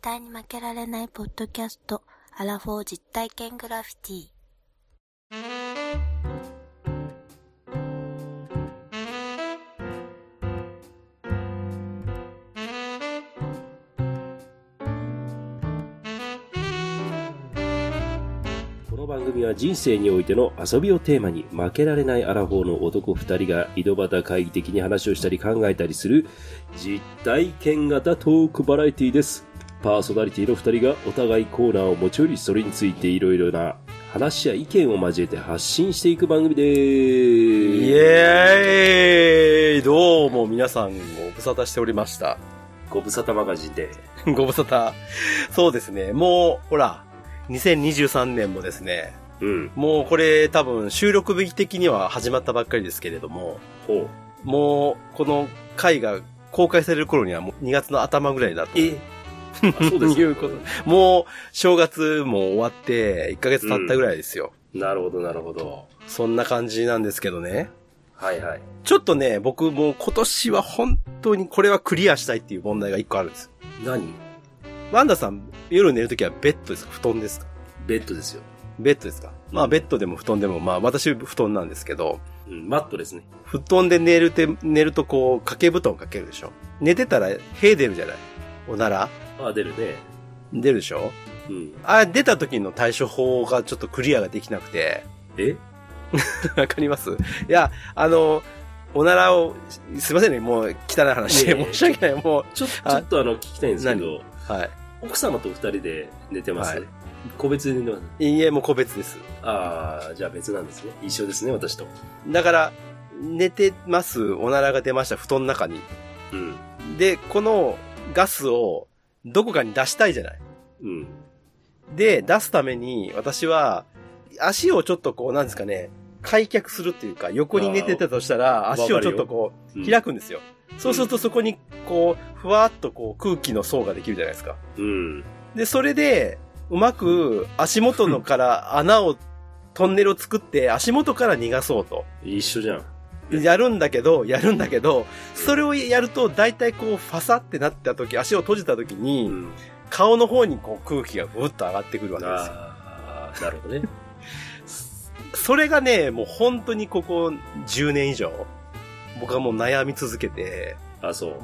対に負けられないポッドキャスト、アラフォー実体験グラフィティ。この番組は人生においての遊びをテーマに負けられないアラフォーの男2人が井戸端会議的に話をしたり考えたりする実体験型トークバラエティです。パーソナリティの2人がお互いコーナーを持ち寄りそれについていろいろな話や意見を交えて発信していく番組でイーす。エーイどうも皆さんご無沙汰しておりました。 ご無沙汰マガジンで。ご無沙汰。そうですね。もう、ほら、2023年もですね、うん。もうこれ多分収録日的には始まったばっかりですけれども、ほう。もうこの回が公開される頃にはもう2月の頭ぐらいだと。えあそうですか いうこと。もう正月も終わって1ヶ月経ったぐらいですよ。なるほど、なるほど。そんな感じなんですけどね。はいはい。ちょっとね、僕もう今年は本当にこれはクリアしたいっていう問題が一個あるんです。何ワンダさん、夜寝るときはベッドですか布団ですかベッドですよ。ベッドですかまうあんベッドでも布団でも、まあ私布団なんですけど、うん、マットですね。布団で寝るて、寝るとこう掛け布団かけるでしょ寝てたら屁出るじゃないおならあ、出るね。出るでしょうん。あ、出た時の対処法がちょっとクリアができなくて、 えわかりますいや、あの、おならを、すいませんね、もう汚い話でいえいえ申し訳ない、もう、ちょちょっとあの、聞きたいんですけど、はい。奥様と二人で寝てます、はい個別に寝てますいいえ、もう個別です。ああ、じゃあ別なんですね。一緒ですね、私と。だから、寝てます、おならが出ました、布団の中に。うん。で、このガスをどこかに出したいじゃない。うん。で、出すために私は足をちょっとこう、なんですかね、開脚するっていうか、横に寝てたとしたら、あー足をちょっとこうんう、開くんですよ。そうするとそこにこう、ふわっとこう、空気の層ができるじゃないですか。うん。で、それで、うまく足元の から穴を、トンネルを作って足元から逃がそうと。一緒じゃん。やるんだけど、やるんだけど、それをやると、大体こう、ファサってなった時、足を閉じた時に、うん。顔の方にこう、空気がぐっと上がってくるわけですよ。ああ、なるほ どね。それがね、もう本当にここ10年以上、僕はもう悩み続けて、あそう。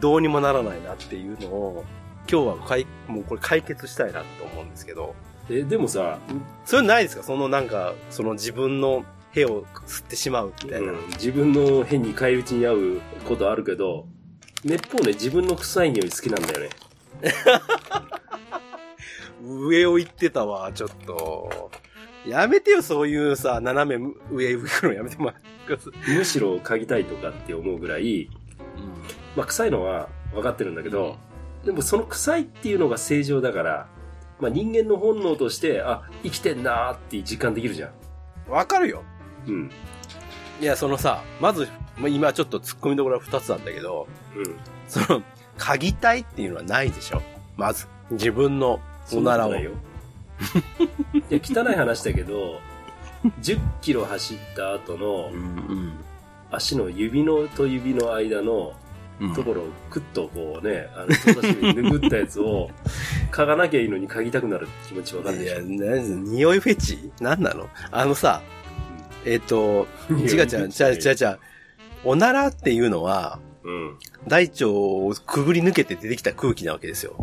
どうにもならないなっていうのを、今日はかい、もうこれ解決したいなと思うんですけど、え、でもさ、それないですかそのなんか、その自分の屁を吸ってしまうみたいな。うん自分の変に返り討ちに合うことあるけど、めっぽうね、自分の臭い匂い好きなんだよね。上を行ってたわ、ちょっと。やめてよ、そういうさ、斜め上行くのやめてもらってください。むしろ嗅ぎたいとかって思うぐらい、まあ臭いのは分かってるんだけど、でもその臭いっていうのが正常だから、まあ人間の本能として、あ、生きてんなーって実感できるじゃん。わかるよ。うん。いや、そのさ、まず、まあ今ちょっと突っ込みどころは二つなんだけど、うん。その、嗅ぎたいっていうのはないでしょ。まず、自分のおならを。そんなことないよ。い や、汚い話だけど、10キロ走った後のうん足の指のと指の間のうんところをクッとこうね、あの人差し指で拭ったやつ を嗅がなきゃいいのに嗅ぎたくなる気持ちわかるいでしや、ょ。なん匂いフェチなんなのあのさ、えっ、と、匂い違う違うフ違うェチね違う違う。おならっていうのは、うん。大腸をくぐり抜けて出てきた空気なわけですよ。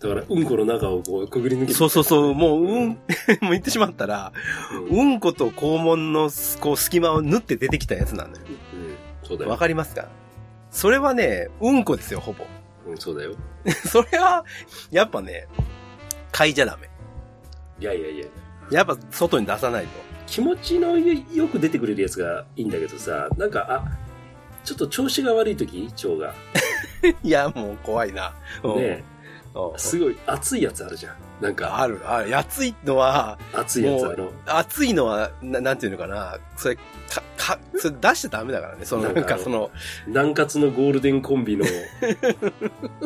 だから、うんこの中をこうくぐり抜けて。そうそうそう、もう、うん、 うんもう言ってしまったら、うん。ううんんこと肛門の、こう、隙間を縫って出てきたやつなんだよ。そうだわよ。かりますかそれはね、うんこですよ、ほぼ。 うん、そうだよ。それは、やっぱね、嗅いじゃダメ。いやいやいや。やっぱ、外に出さないと。 気持ちのよく出てくれるやつがいいんだけどさ、なんか、あ、ちょっと調子が悪い時腸が。いや、もう怖いな。うんねうんすごい熱いやつあるじゃん。なんか、ある、ある。熱いのは、熱いやつもうあの、熱いのは、ななんていうのかな。それ、か、か、それ出しちゃダメだからね。その、なんなかんかその、南葛のゴールデンコンビの、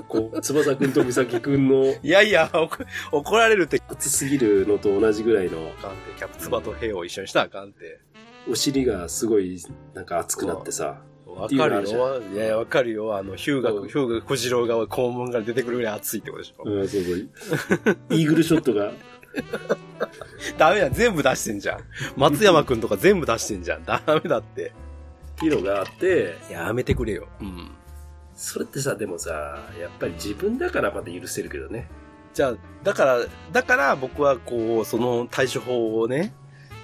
こう、翼くんと美咲くんのいやいや、怒怒られるって。熱すぎるのと同じぐらいの、あかんて、キャプツバと兵を一緒にしたらあかんて。お尻がすごい、なんか熱くなってさ、わわっていうかのあるるじゃん。よ。いやいや、わかるよ。あの、ヒューガ、うんヒューガ小次郎が肛門から出てくるぐらい熱いってことでしょ。うん、そうそう。イーグルショットが、ダメだ、全部出してんじゃん。松山くんとか全部出してんじゃん。ダメだって。ピロがあって、やめてくれよ。うん。それってさ、でもさ、やっぱり自分だからまだ許せるけどね。じゃあ、だから、だから僕はこう、その対処法をね、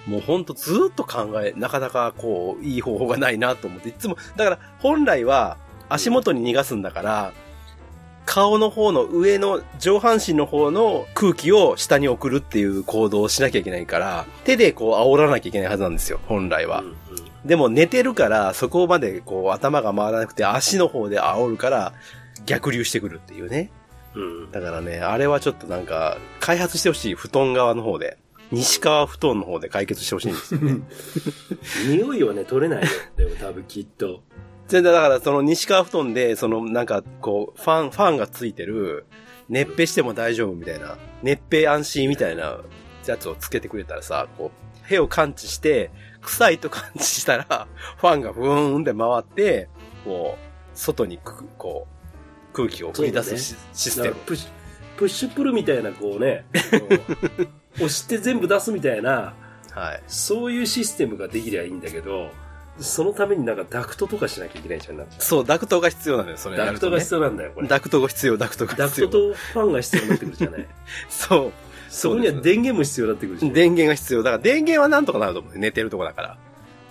もうほんとずーっと考え、なかなかこう、いい方法がないなと思って、いつも、だから本来は足元に逃がすんだから、顔の方の上の、上半身の方の空気を下に送るっていう行動をしなきゃいけないから、手でこう煽らなきゃいけないはずなんですよ、本来はうん。うんでも寝てるから、そこまでこう頭が回らなくて足の方で煽るから、逆流してくるっていうね。うん。だからね、あれはちょっとなんか、開発してほしい、布団側の方で。西川布団の方で解決してほしいんですよね。匂いはね、取れないよ。 でも多分きっと。全然だから、その西川布団で、そのなんか、こう、ファン、ファンがついてる、熱ぺしても大丈夫みたいな、熱ぺ安心みたいなやつをつけてくれたらさ、こう、屁を感知して、臭いと感知したら、 ファンがブーンって回って、こう、外にく、こう、空気を送り出すシ,、シスだかテらム。プッシュ、プッシュプルみたいな、こう ね、押して全部出すみたいな、 はい。そういうシステムができりゃいいんだけど、そのためになんかダクトとかしなきゃいけないじゃん。なんかそう、ダクトが必要なのよ、それやダるクとトねが必要なんだよ、これ。ダクトが必要、ダクトがダ必ク要ト。とファンが必要になってくるじゃない。 そう。そこには電源も必要になってくるじゃん。電源が必要。だから電源はなんとかなると思うね。寝てるとこだから。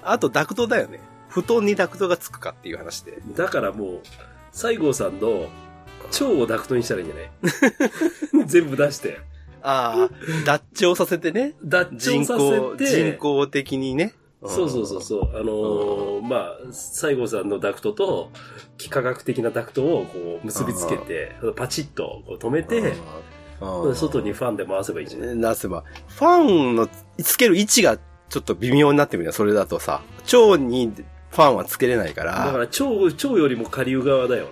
あとダクトだよね。布団にダクトがつくかっていう話で。だからもう、西郷さんの腸をダクトにしたらいいんじゃ ない全部出して。ああ、 脱腸させてね。ダッチョ人ンさ工、せて、人工的にね。そうそうそうそう。あのーまあ、西郷さんのダクトと、幾何学的なダクトをこう結びつけて、パチッとこう止めて、うん。うん外にファンで回せばいいじゃないなせば。ファンのつける位置がちょっと微妙になってみるよそれだとさ。腸にファンはつけれないかだからら、腸、腸よりも下流側だよ。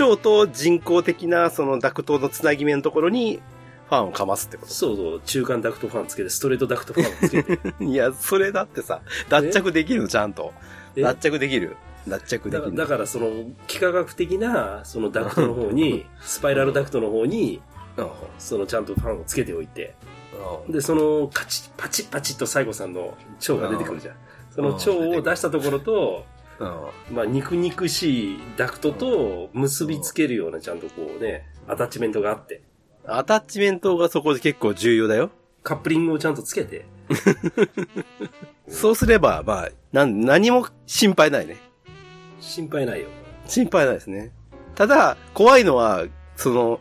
腸と人工的なそのダクトのつなぎ目のところにファンをかますってこと。そうそう、中間ダクトファンつけて、ストレートダクトファンつ けて。 いや、それだってさ、脱着できるの、ちゃんと。え脱着できる。脱着だでから、きる。だからその、幾何学的な、そのダクトの方 に、スパイラルダクトの方に、うんそのちゃんとファンをつけておいて、うんで、その、カチッ、パチッパチッと西郷さんの腸が出てくるじゃん。その腸うんを出したところと、うんまあ、肉肉しいダクトと結びつけるような、ちゃんとこうね、アタッチメントがあって、アタッチメントがそこで結構重要だよ。カップリングをちゃんとつけて、そうすれば、まあ、なん、何も心配ないね。心配ないよ。心配ないですね。ただ、怖いのは、その、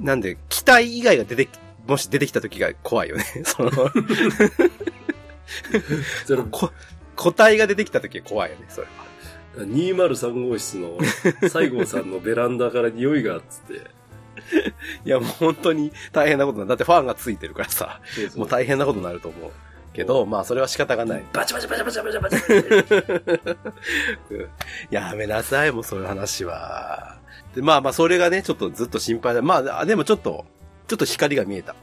なんで、機体以外が出てき、もし出てきた時が怖いよね。 その、そのこ個体が出てきた時が怖いよね、それは。 203号室の西郷さんのベランダから匂いがっつって、いや、もう本当に大変なことになる。だってファンがついてるからさ、 もう大変なことになると思う。けど、まあ、それは仕方がない。バチバチバチバチバチバチって。やめなさい、もうそういう話は。で、まあまあ、それがね、ちょっとずっと心配だ。まあ、あでもちょっと、ちょっと光が見えた。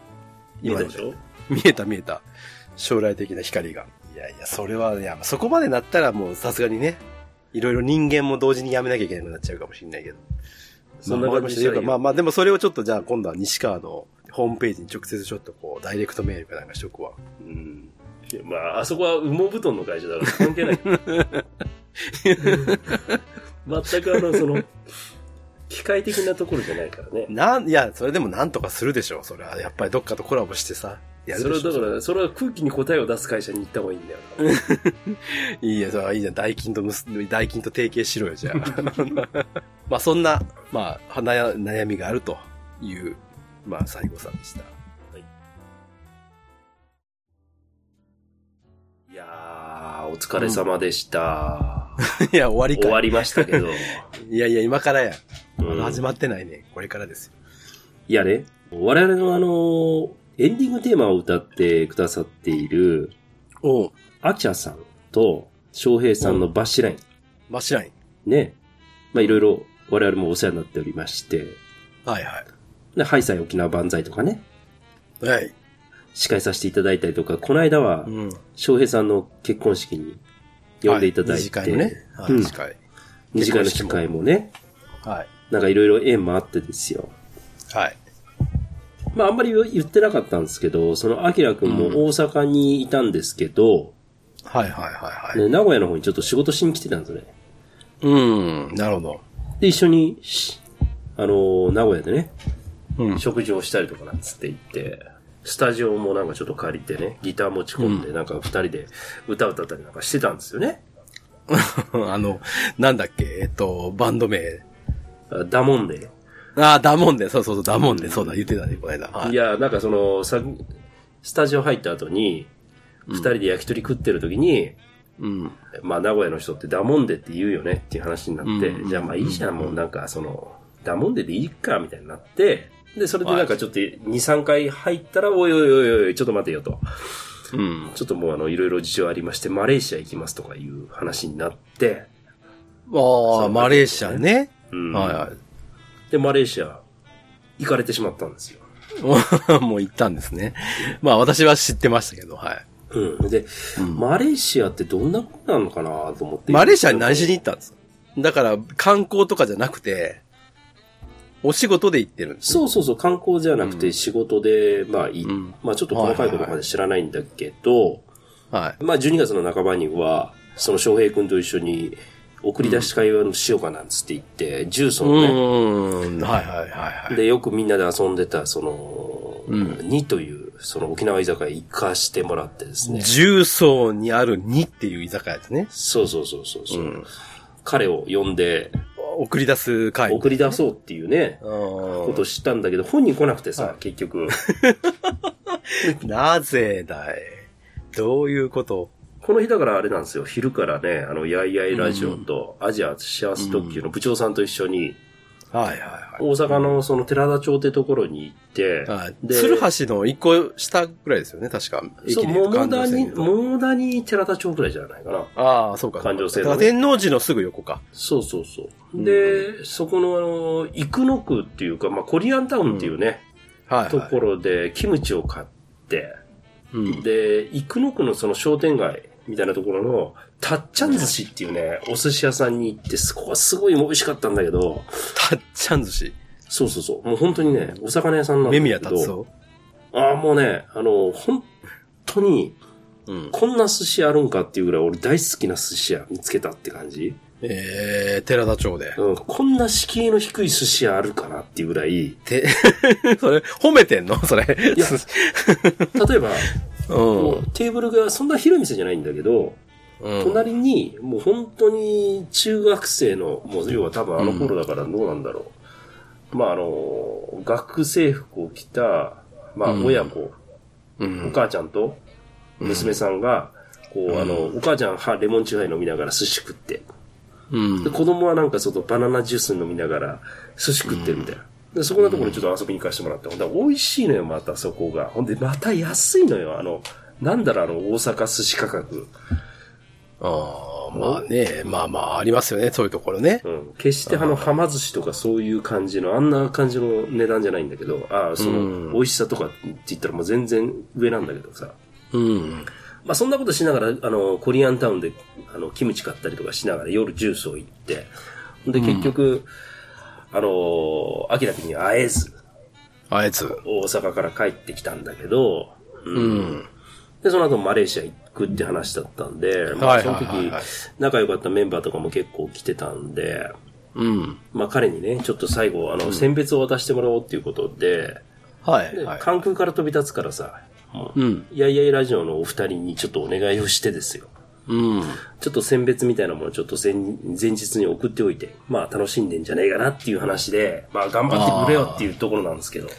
見今たのででしょ見えた見えた。将来的な光が。いやいや、それは、いや、そこまでなったらもうさすがにね、いろいろ人間も同時にやめなきゃいけなくなっちゃうかもしれないけど。そんな感じでまあわかりましたまあまあ、でもそれをちょっとじゃあ今度は西川のホームページに直接ちょっとこう、ダイレクトメールかなんかしとくわ。うん。いやまあ、あそこは羽毛布団の会社だから関 係ない。全くあの、その、機械的なところじゃないからね。なん、いや、それでもなんとかするでしょう、それは。やっぱりどっかとコラボしてさ。やるそでれしはょだから、それは空気に答えを出す会社に行った方がいいんだよ。ないいや、それはいいじゃん。大金とむす、大金と提携しろよ、じゃあ。 まあ、そんな、まあ、悩悩みがあるという、まあ、西郷さんでした。 いやー、お疲れ様でした。いや、終わり終かわい。りましたけ ど。いやいや、今からや。うまんだ始まってないね。これからですよ。いやね、我々のあのー、エンディングテーマを歌ってくださっている、おう、アチャさんと翔平さんのバッシュライン。マシライン。ね。まあ、いろいろ我々もお世話になっておりまして、はいはで、ハイサイ沖縄万歳とかね、い。はい。司会させていただいたりとか、この間は、ん。翔平さんの結婚式に呼んでいただいて、は二次会のね。はい、うん二次会。二次会の機会もね、はい。なんかいろいろ縁もあってですよ。はい。まああんまり言ってなかったんですけど、そのアキラくんも大阪にいたんですけど、はいはいはいはい。ね、名古屋の方にちょっと仕事しに来てたんですよね。うん、なるほど。 で、一緒にし、あのー名古屋でね、うん。食事をしたりとかなんつって言って、スタジオもなんかちょっと借りてね、ギター持ち込んで、なんか二人で歌歌ったりなんかしてたんですよね。あの、なんだっけ、えっと、バンド名。あダモンで。ああ、ダモンデ、そうそうそう、ダモンデ、そうだ、言ってたね、この間。はいいや、なんかその、さスタジオ入った後に、二人で焼き鳥食ってる時に、うん。まあ名古屋の人ってダモンデって言うよねっていう話になって、うんじゃあまあいいじゃん、もうなんかその、ダモンデでいいか、みたいになって、で、それでなんかちょっと2、3回入ったら、おいおいおいおい、ちょっと待てよと。うん。ちょっともうあの、いろいろ事情ありまして、マレーシア行きますとかいう話になって、ああ、マレーシアね。うんはいはい。で、マレーシア行かれてしまったんですよ。 もう行ったんですね。まあ私は知ってましたけど、はい。うん。で、うんマレーシアってどんな国なのかなと思って。マレーシアに何しに行ったんですだから観光とかじゃなくて、お仕事で行ってるんです。そうそうそう、観光じゃなくうて仕事で、まあい、うんまあちょっと細かいことまで知らないんだけど、はまあ12月の半ばには、その翔平君と一緒に送り出し会をしようかなんつって言って、ジュースい。うをね、ーん。はいはいはいはい。で、よくみんなで遊んでた、その、うんにという、その沖縄居酒屋行かしてもらってですね。重曹にある2っていう居酒屋ですね。そうそうそうそうそう、うん彼を呼んで、送り出す会。送り出そうっていうね、うことを知ったんだけど、本人来なくてさ、結局。んなぜだい。どういうことこの日だからあれなんですよ、昼からね、あの、やいやいラジオと、アジア幸せ特急の部長さんと一緒に、はいはいはい。大阪のその寺田町ってところに行って、はい、で鶴橋の一個下ぐらいですよね、確か。そう、行く桃環田状線に、で言うと桃田に寺田町ぐらいじゃないかな。ああ、そうか。環状線のねの。天王寺のすぐ横か。そうそうそう。で、そこのあの、生野区っていうか、まあ、コリアンタウンっていうね、はい、はい。ところでキムチを買って、うんで、生野区のその商店街みたいなところの、たっちゃん寿司っていうね、お寿司屋さんに行って、そこはすごい美味しかったんだけど、たっちゃん寿司。そうそうそう、もう本当にね、お魚屋さんなんだ目けど、宮達夫。ああ、もうね、あの、本当に、うん。こんな寿司あるんかっていうぐらい俺大好きな寿司屋見つけたって感じ。えー、寺田町で。 うん、こんな敷居の低い寿司屋あるかなっていうぐらい、例て、それ、褒めてんのそれ。 やえば、うもん。うテーブルがそんな広い店じゃないんだけど、うん。隣にもう本当に中学生の、もう要は多分あの頃だからどうなんだろう。まああの、学生服を着た、まあうん親子、うおん。母ちゃんと娘さんが、こうあの、お母ちゃんはレモンチューハイ飲みながら寿司食って、うんで子供はなんかちょっとバナナジュース飲みながら寿司食ってるみたいな。でそこのところにちょっと遊びに行かせてもらった。ほんで、美味しいのよ、またそこが。ほんで、また安いのよ。あの、なんだろう、あの、大阪寿司価格。あーまあね、まあまあ、ありますよね、そういうところね。うん。決してあの、はま寿司とかそういう感じの、あんな感じの値段じゃないんだけど、ああ、そうんの、美味しさとかって言ったらもう全然上なんだけどさ。うん。まあ、そんなことしながら、あの、コリアンタウンで、あの、キムチ買ったりとかしながら夜ジュースを行って、で、結局、あの、アキラ君に会えず、あいつ。大阪から帰ってきたんだけど、うんうん。で、その後マレーシア行くって話だったんで、まはあ、いそのはいはい時はい、仲良かったメンバーとかも結構来てたんで、うん。まあ彼にね、ちょっと最後、あの、選別を渡してもらおうっていうことで、はい、ではい。関空から飛び立つからさ、もううん。いやいやいラジオのお二人にちょっとお願いをしてですよ。うん。ちょっと選別みたいなものをちょっと前前日に送っておいて、まあ楽しんでんじゃねえかなっていう話で、まあ頑張ってくれよっていうところなんですけど。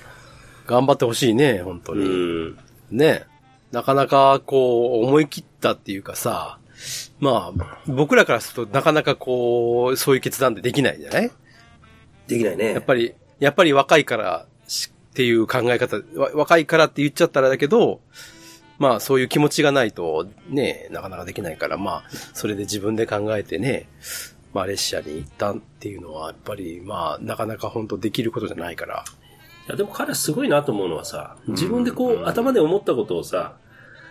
頑張ってほしいね、本当うに。ん。ね。なかなか、こう、思い切ったっていうかさ、まあ、僕らからするとなかなかこう、そういう決断でできないじゃないできないね。やっぱり、やっぱり若いからしっていう考え方、わ若いからって言っちゃったらだけど、まあそういう気持ちがないとね、なかなかできないから、まあそれで自分で考えてね、マレーシアに行ったっていうのは、やっぱりまあなかなか本当できることじゃないから。いやでも彼はすごいなと思うのはさ、自分でこう、頭で思ったことをさ、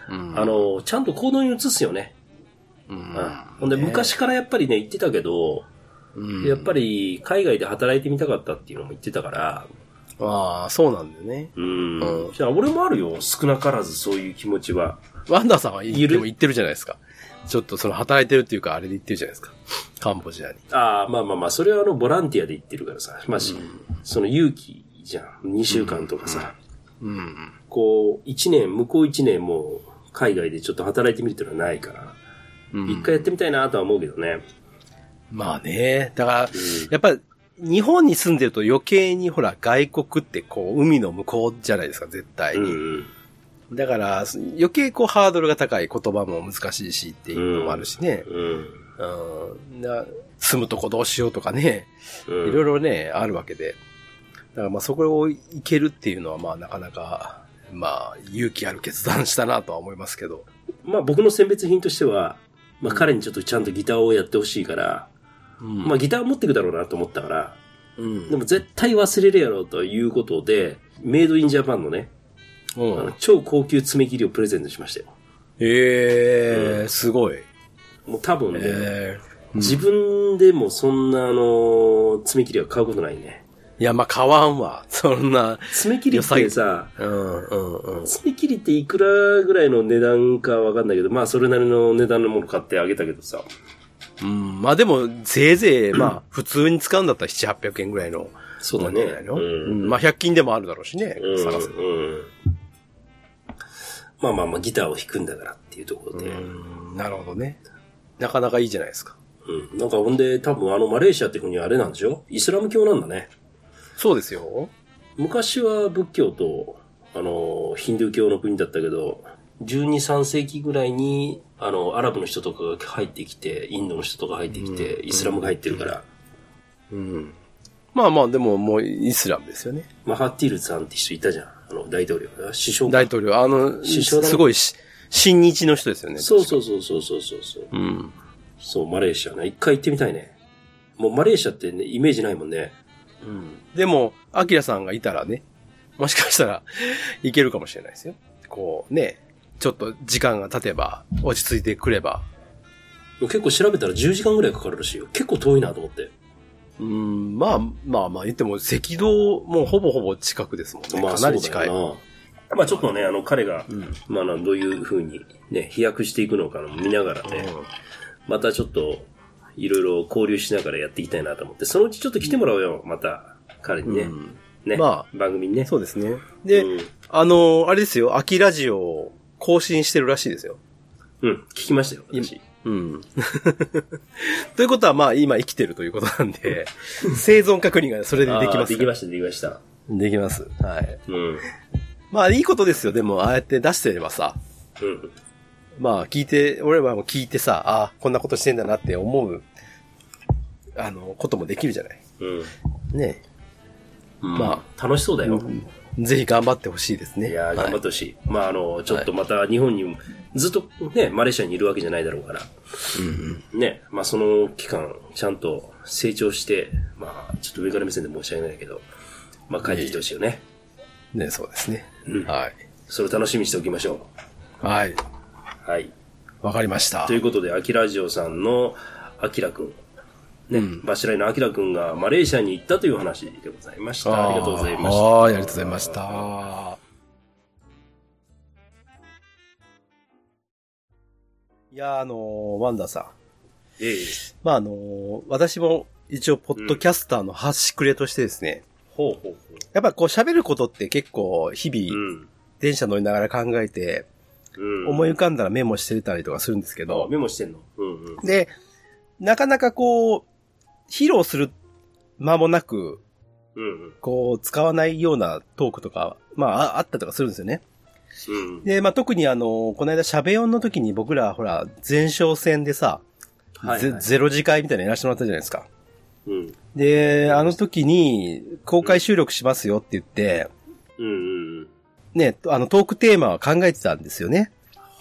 うんあ、の、ちゃんと行動に移すよね。ううんん。ほんで、昔からやっぱりね、言ってたけど、うんやっぱ。り、海外で働いてみたかったっていうのも言ってたから、ああ、そうなんだよね。うん。うんじゃあ、俺もあるよ。少なからずそういう気持ちは。ワンダーさんは言ゆるでも言ってるじゃないですか。ちょっとその働いてるっていうか、あれで言ってるじゃないですか。カンボジアに。ああ、まあまあまあ、それはあの、ボランティアで行ってるからさ。まあ、しその勇気じゃん。2週間とかさ。うん。こう、1年、向こう1年も、海外でちょっと働いてみるっていうのはないから。うん一回やってみたいなとは思うけどね。まあね。だから、やっぱ、日本に住んでると余計にほら、外国ってこう、海の向こうじゃないですか、絶対うに。んうん。だから、そ余計こう、ハードルが高い言葉も難しいしっていうのもあるしね。うん。うん。な住むとこどうしようとかね。うんいろいろね、あるわけで。だからまあそこを行けるっていうのはまあなかなか、まあ勇気ある決断したなとは思いますけど。まあ僕の選別品としては、まあ彼にちょっとちゃんとギターをやってほしいから、うんまあギター持ってくだろうなと思ったから、うん。でも絶対忘れるやろうということで、メイドインジャパンのね、うん、あの超高級爪切りをプレゼントしましたよ。ええー、すごい。もう多分ね、えー、自分でもそんなあの、爪切りは買うことないね。いや、まあ買わんわ。 そんな。爪切りって良さ、うん、うん、うん。爪切りっていくらぐらいの値段かわかんないけど、まあそれなりの値段のもの買ってあげたけどさ、うん、まあでも、せいぜ い、まあ、普通に使うんだったら7、800円ぐらいの。そうだもねのじゃないのううんん。まあ、100均でもあるだろうしね。うん探せばうんまあまあまあ、ギターを弾くんだからっていうところで。うんうん、なるほどね。なかなかいいじゃないですか。なんかほんで、多分あの、マレーシアって国はあれなんでしょイスラム教なんだね。そうですよ。昔は仏教と、あの、ヒンドゥー教の国だったけど、12、3世紀ぐらいに、あの、アラブの人とかが入ってきて、インドの人とか入ってきて、うんイスラムが入ってるから、うん。まあまあ、でももうイスラムですよね。マハティルさんって人いたじゃん。あの、大統領。首相か大統領、あの、首相だねすごいし、親日の人ですよね。そうそうそうそうそうそうそう。う。うん。そう、マレーシアね。一回行ってみたいね。もうマレーシアってね、イメージないもんね。でも、アキラさんがいたらね、もしかしたらいけるかもしれないですよ。こうね、ちょっと時間が経てば、落ち着いてくれば。結構調べたら10時間ぐらいかかるらしいよ。結構遠いなと思って。うん、まあまあまあ言っても、赤道もほぼほぼ近くですもんね。かなり近い。そううだよなまあちょっとね、あの、彼が、ん。まあどういう風にね、飛躍していくのかも見ながらね、またちょっと、いろいろ交流しながらやっていきたいなと思って、そのうちちょっと来てもらおうよ、また、彼にね。うんね、ま番組にね。そうですね。で、うん、あの、あれですよ、秋ラジオを更新してるらしいですよ。うん、聞きましたよ、私。うん。 ということは、まあ、今生きてるということな んで、生存確認がそれでできあまーすできました、できました。できます。はい。うん。まあ、いいことですよ。でも、ああやって出してればさ、うん。まあ、聞いて、俺はもう聞いてさ、ああ、こんなことしてんだなって思う、あの、こともできるじゃない。うん。ね。ままあ、楽しそうだよ。ぜひ頑張ってほしいですね。いやー頑張っはいてほしい。まあ、あの、ちょっとまた日本にも、ずっとね、マレーシアにいるわけじゃないだろうから、ね、まあ、その期間、ちゃんと成長して、まあ、ちょっと上から目線で申し訳ないけど、まあ、帰ってきてほしいよね。ね、そうですね。うんはい。それを楽しみにしておきましょはい。う。はい。わかりましたとい。うことで、アキラジオさんの、アキラくん。ね、バシライのアキラくんがマレーシアに行ったという話でございました。ありがとうございました。はい、ありがとうございました。いや、あのー、ワンダーさん。ええまあ、あのー、私も一応、ポッドキャスターの端くれとしてですね、ほうほうほやっぱこう喋ることって結構、日う。々、うん。電車乗りながら考えて、うん、思い浮かんだらメモしてたりとかするんですけあど、メモしてんのうんうん。で、なかなかこう、披露する間もなく、うんうん。こう、使わないようなトークとか、まあ、ああったりとかするんですよね。うん。で、まあ、特にあの、この間、喋音の時に僕ら、ほら、前哨戦でさ、はいはいゼゼロ次会みたいなのやらせてもらったじゃないですか。うん。で、あの時に、公開収録しますよって言って、うんうんうん。ね、あの、トークテーマは考えてたんですよね。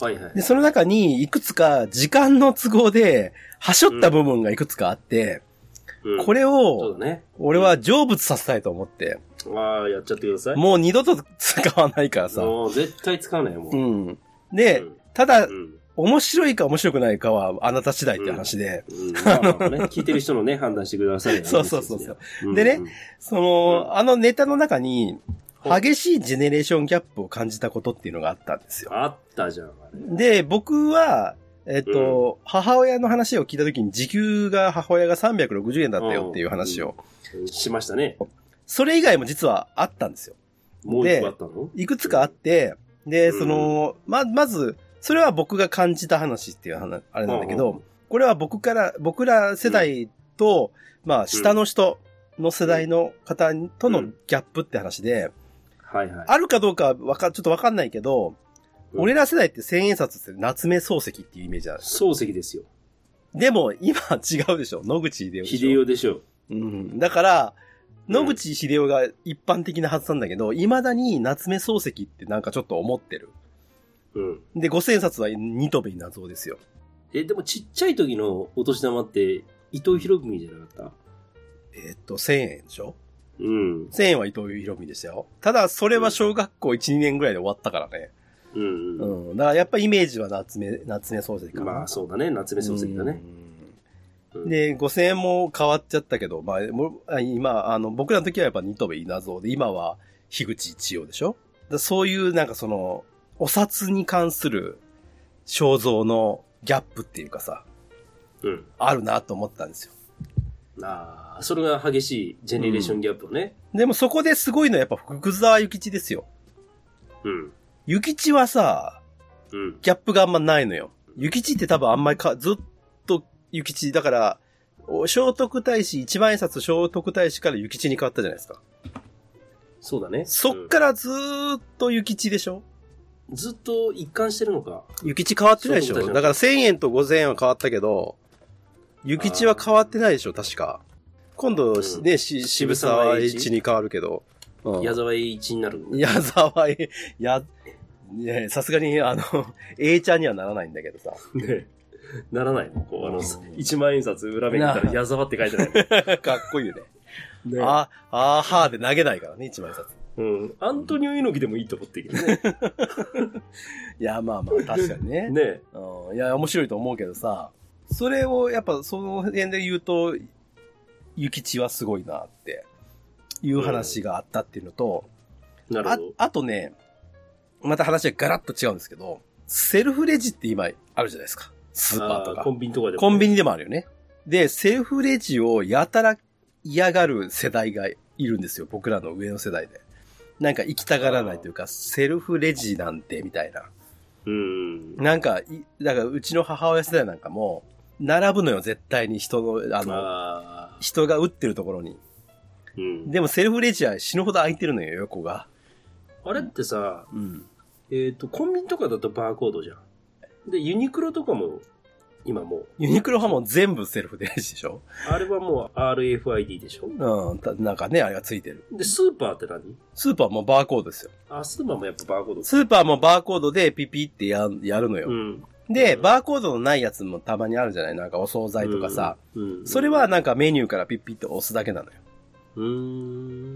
はいはい。で、その中に、いくつか、時間の都合で、はしょった部分がいくつかあって、うんこれそうだを、ね。俺は成仏させたいと思って、ああ、やっちゃってください。もう二度と使わないからさ。もう絶対使わないよ、もう。うん。で、うんただう、ん。同面白いか面白くないかはあなた次第って話で、 うんまあまあね、聞いてる人のね、判断してくださいね。そうそうそうそううんうん。でねその、うんあのネタの中に、ほう激しいジェネレーションギャップを感じたことっていうのがあったんですよ。あったじゃん、あれ。で、僕は、えっと、母親の話を聞いた時に時給が母親が360円だったよっていう話を。しましたね。それ以外も実はあったんですよ。もう一個あったのいくつかあって、で、うんその、ま、まず、それは僕が感じた話っていう話、あれなんだけど、これは僕から、僕ら世代と、まあ、下の人の世代の方とのギャップって話で、はいはい。あるかどうかわか、ちょっとわかんないけど、うん俺ら世代って千円札って夏目漱石っていうイメージある。漱石ですよ。でも、今は違うでしょ野口秀夫でしょ。秀夫でしょう。うん。だから、うん野口秀夫が一般的なはずなんだけど、未だに夏目漱石ってなんかちょっと思ってる。うん。で、五千冊はニトベイ謎ですよ。え、でもちっちゃい時のお年玉って、伊藤博文じゃなかったえーっと、千円でしょうん。千円は伊藤博文でしたよ。ただ、それは小学校1、2年ぐらいで終わったからね。うんうん。うん。だからやっぱイメージは夏目、夏目漱石かな。まあそうだね、夏目漱石だね。うん。で、五千円も変わっちゃったけど、まあ、もうあ今、あの、僕らの時はやっぱニトベイ謎で、今は樋口一葉でしょだからそういうなんかその、お札に関する肖像のギャップっていうかさ、うん。あるなと思ったんですよ。ああ、それが激しいジェネレーションギャップをね。でもそこですごいのはやっぱ福沢諭吉ですよ。うん。諭吉はさ、うん。ギャップがあんまないのよ。諭吉って多分あんまりか、ずっと諭吉、だから、お聖徳太子、一万円札聖徳太子から諭吉に変わったじゃないですか。そうだね。そっからずーっと諭吉でしょうんずっと一貫してるのか。諭吉変わってないでしょ聖徳太子だから1000円と5000円は変わったけど、諭吉は変わってないでしょ確か。今度うんね、し渋沢栄一に変わるけど。うん矢沢栄一になる。矢沢栄、や、いやさすがに、あの、栄ちゃんにはならないんだけどさ。ね ならないのこう、あの、うん一万円札裏面見たなら矢沢って書いてない かっこいいよ ね。の。ねあ、あーはーで投げないからね、一枚札。うん。アントニオ猪木でもいいと思ってるけどね。いや、まあまあ、確かにね。ねうん、いや、面白いと思うけどさ、それをやっぱその辺で言うと、諭吉はすごいなっていう話があったっていうのと、なるほあど。あとね、また話はガラッと違うんですけど、セルフレジって今あるじゃないですか。スーパーとあかコ。ンビニとかでもねコンビニでもあるよね。で、セルフレジをやたら嫌がる世代がいるんですよ。僕らの上の世代で。なんか行きたがらないというか、セルフレジなんてみたいな。うん。なんか、いだからうちの母親世代なんかも、並ぶのよ、絶対に人の、あの、ああ。人が打ってるところに。うん。でもセルフレジは死ぬほど空いてるのよ、横が。あれってさ、うん。えっ、と、コンビニとかだとバーコードじゃん。で、ユニクロとかも、今もう、ユニクロはもう全部セルフレジでしょあれはもう RFID でしょうん、たなんかね、あれがついてる。で、スーパーって何スーパーもバーコードですよ。あ、スーパーもやっぱバーコード。スーパーもバーコードでピピってややるのよ。うん。で、うんバーコードのないやつもたまにあるじゃないなんかお惣菜とかさ。うん、うんそれは、なんかメニューからピッピッと押すだけなのよ。うー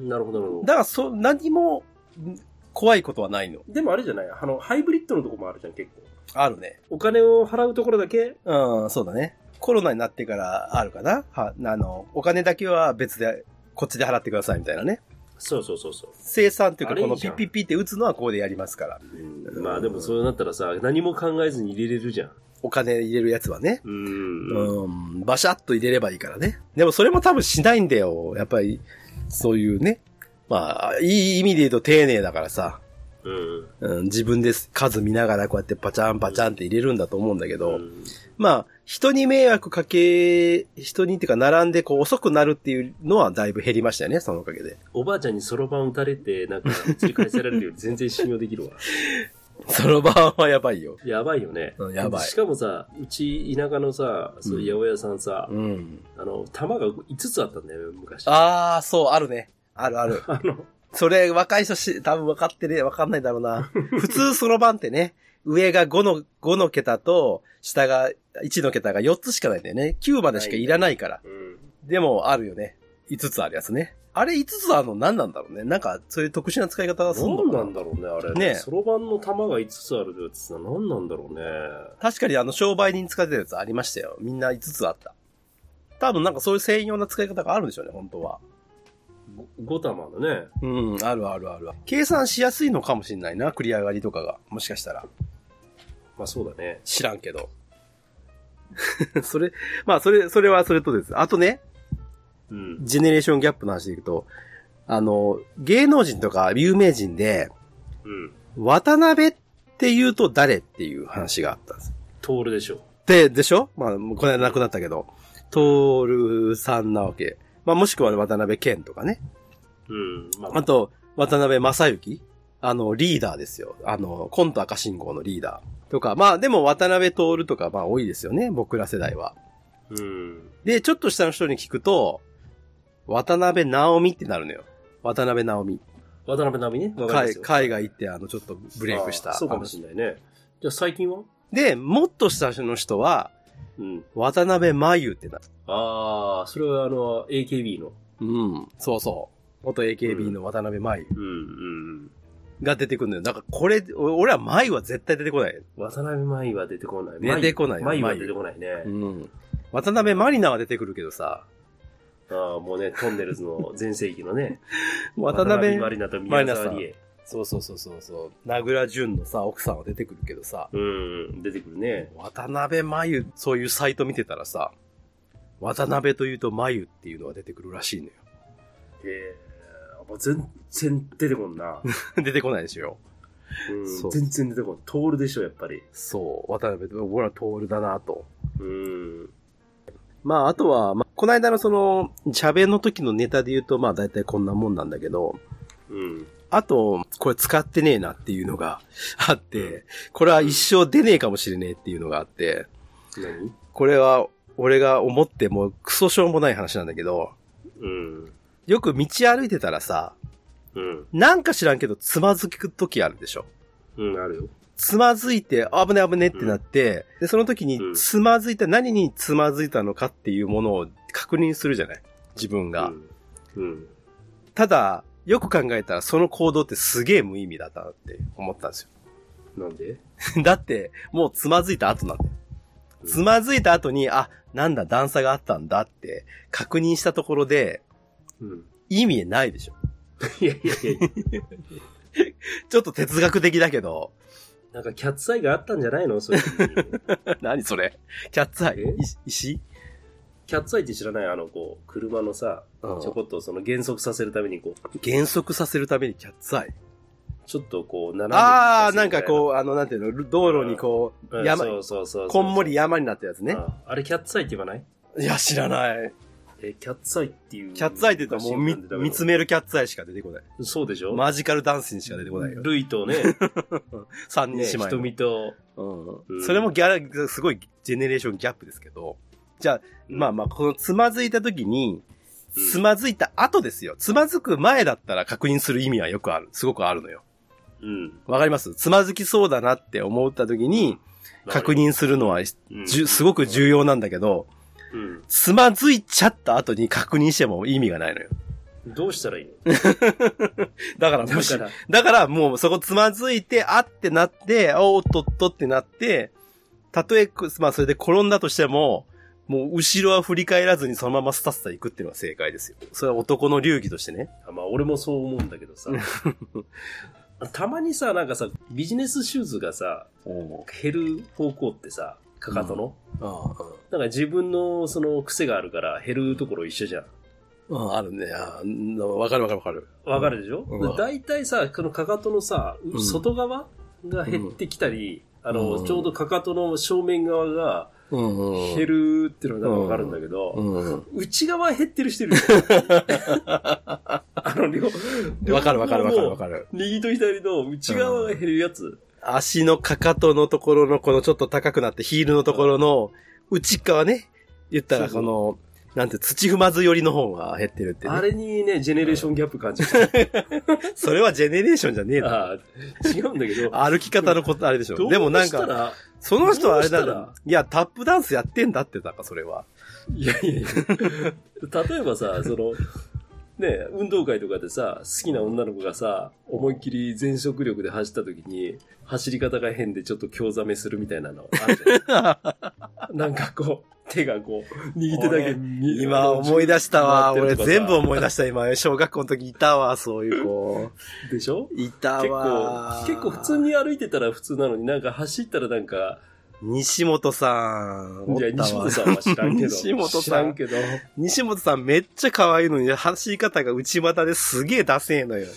ん、なるほど、なるほど。だから、そ、何も、ん怖いことはないの。でもあれじゃないあの、ハイブリッドのとこもあるじゃん、結構。あるね。お金を払うところだけ、うん、そうだね。コロナになってからあるかなは、あの、お金だけは別で、こっちで払ってくださいみたいなね。そうそうそうそう。生産っていあうか、れいこいのじピゃんッピッピって打つのはここでやりますから。まあでもそうなったらさ、何も考えずに入れれるじゃん。お金入れるやつはね。うーん。うん、バシャッと入れればいいからね。でもそれも多分しないんだよ。やっぱり、そういうね。まあ、いい意味で言うと丁寧だからさ。うん。うん、自分で数見ながらこうやってパチャンパチャンって入れるんだと思うんだけど、んまあ、人に迷惑かけ、人にっていうか並んでこう遅くなるっていうのはだいぶ減りましたよね、そのおかげで。おばあちゃんにそろばん打たれて、なんか、釣り返せられるより全然信用できるわ。 その場はやばいよ。やばいよね。うんやばいしかもさ、うち田舎のさ、そういう八百屋さんさ、うん。あの、玉が5つあったんだよ、昔。ああ、そう、あるね。あ るある。あの、それ、若い人し、多分分かってね、分かんないだろう な。普通その番ってね、上が5の、5の桁と、下が1の桁が4つしかないんだよね。9までしかいらないから。うん。でも、あるよね。5つあるやつね。あれ5つあるの何なんだろうね。なんか、そういう特殊な使い方はするの何かななんだろうね、あれ。ねえそろばんの玉が5つあるやつな、何なんだろうね。確かにあの、商売人使ってたやつありましたよ。みんな5つあった。多分なんかそういう専用な使い方があるんでしょうね、本当は。 5玉のね。うん、あるあるある。計算しやすいのかもしれないな、繰り上がりとかが。もしかしたら。まあそうだね。知らんけど。 それ、まあそれ、それはそれとです。あとね、うん。ジェネレーションギャップの話でいくと、あの、芸能人とか有名人で、うん。渡辺って言うと誰っていう話があったんです。通るでしょう。で、でしょまあ、この間亡くなったけど、トールさんなわけ。まあ、もしくは渡辺謙とかね。うん。まあと、渡辺正幸あの、リーダーですよ。あの、コント赤信号のリーダー。とか、まあ、でも渡辺徹とか、まあ、多いですよね。僕ら世代は。うん。で、ちょっと下の人に聞くと、渡辺直美ってなるのよ。渡辺直美。渡辺直美ね。わかりま海すよ海外行って、あの、ちょっとブレイクしあた。ーそうかもしれないね。じゃあ最近はで、もっと下の人は、うん。渡辺真由ってなる。ああ、それはあの、AKB の。うん。そうそう。元 AKB の渡辺真由うんうん。が出てくるのよ。だからこれ、お俺は真由は絶対出てこない。渡辺舞は出てこない。ね出てこないよ舞は舞出てこないね。うん。渡辺マリナは出てくるけどさ、ああ、もうね、トンネルズの全盛期のね。 渡辺、マリナと宮沢りえ。そうそうそうそうそう、名倉潤のさ、奥さんは出てくるけどさ、うん、出てくるね。渡辺真由、そういうサイト見てたらさ、渡辺というと真由っていうのが出てくるらしいのよ。 えー、もう全然出てこん な。出てこないですよ。うんそう全然出てこん。通るでしょ、やっぱり。そう、渡辺、俺は徹だなと。うん。まあ、あとは、まあ、この間のその、喋の時のネタで言うと、まあ大体こんなもんなんだけど、うん。あと、これ使ってねえなっていうのが あって、これは一生出ねえかもしれねえっていうのがあって、何これは俺が思ってもうクソしょうもない話なんだけど、うん。よく道歩いてたらさ、うん。なんか知らんけどつまずく時あるでしょ。うん、あるよ。つまずいて、あ危ね危ねってなって、で、その時にうんつまずいた、何につまずいたのかっていうものを確認するじゃない自分が。うん。うん。ただ、よく考えたらその行動ってすげえ無意味だったなって思ったんですよ。なんで だって、もうつまずいた後なんだよ。うんつまずいた後に、あ、なんだ、段差があったんだって、確認したところで、うん。 意味ないでしょ。いやいやいや、ちょっと哲学的だけど、なんかキャッツアイがあったんじゃないのそういう時に 何それキャッツアイえ石石キャッツアイって知らないあの、こう、車のさ、うんちょこっとその減速させるためにこう、減速させるためにキャッツアイ。ちょっとこう、斜めにあー、なんかこう、あの、なんていうの、道路にこうう、ん山、そうそうそうそうこんもり山になったやつねあ。ーあれキャッツアイって言わないいや、知らない。え、キャッツアイっていう。キャッツアイって言ったらもうみ昔読んでたけど見つめるキャッツアイしか出てこない。そうでしょマジカルダンスにしか出てこないよ。ルイと ね、三ね人姉妹の。瞳と、ううんんそれもギャラ、すごいジェネレーションギャップですけど。じゃあ、まあまあ、このつまずいた時に、うんつまずいた後ですよ。つまずく前だったら確認する意味はよくある。すごくあるのよ。うん。わかりますつまずきそうだなって思った時に、確認するのは、うん、じゅすごく重要なんだけど、うん。つまずいちゃった後に確認しても意味がないのよ。どうした らいいのだからもだしから、だからもうそこつまずいて、あってなって、あおっとっとってなって、たとえ、くまあそれで転んだとしても、もう後ろは振り返らずにそのままスタスタ行くっていうのが正解ですよ。それは男の流儀としてね。あまあ、俺もそう思うんだけど さ。たまにさ、なんかさ、ビジネスシューズがさ、減る方向ってさ、かかとの、あなんか自分のその癖があるから減るところ一緒じゃん。あ、あるね。あーわかるわかるわかる。わかるでしょ、うんで大体さ、このかかとのさ、ん外側が減ってきたり、あの、うんちょうどかかとの正面側がうんう減るっていうのがわかるんだけど、うん。内側減ってる人いる よあの、両両わかるわかるわかるわもかる。う右と左の内側が減るやつ。足のかかとのところのこのちょっと高くなってヒールのところの内っ側ね。言ったらそこうの、なんて土踏まず寄りの方が減ってるってね。あれにね、ジェネレーションギャップ感じる。それはジェネレーションじゃねえな。 あー違うんだけど。歩き方のことあれでしどょ。うでもなんしたか、らその人はあれだどうしたなら。いや、タップダンスやってんだって、なんかそれは。いやいやいや。例えばさ、その、ね、運動会とかでさ、好きな女の子がさ、思いっきり全速力で走った時に、走り方が変でちょっと興ざめするみたいなのあるじゃ ん。なんかこう、手がこう、右手だけに今思い出した回わ。って俺るとかさ全部思い出した今。小学校の時いたわ、そういう子。でしょいた結わ構、。結構普通。に歩いてたら普通なのになんか走ったらなんか、西本さん。いや、おったわ西本さんは知らんけど。 西本さん知らんけど。西本さんめっちゃ可愛いのに、走り方が内股ですげえダセえのよ。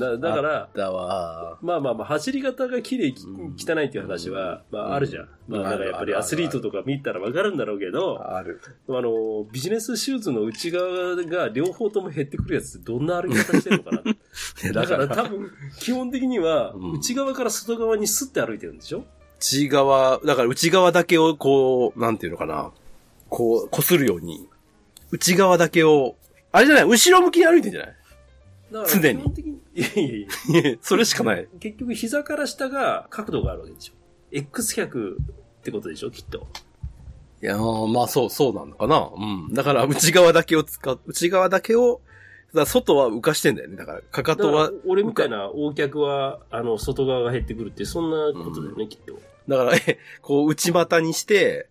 だだから、だわ。まあまあまあ、走り方が綺麗きうん汚いっていう話は、まああるじゃん。まあだからやっぱりアスリートとか見たらわかるんだろうけど、あある。の、ビジネスシューズの内側が両方とも減ってくるやつってどんな歩き方してるのか なだから多分、基本的にはうん内側から外側にスッて歩いてるんでしょ内側、だから内側だけをこう、なんていうのかな。こう、擦るように。内側だけを、あれじゃない後ろ向きに歩いてんじゃない だから常基に本的に、いやいやいや、それしかない。結局膝から下が角度があるわけでしょ。X100 ってことでしょ、きっと。いやーまあそう、そうなのかな。うん。だから内側だけを使う、内側だけを、だから外は浮かしてんだよね。だから、かかだかとはら、俺みたいな横脚は、あの、外側が減ってくるって、そんなことだよね、きっと。だから、 え、こう内股にして、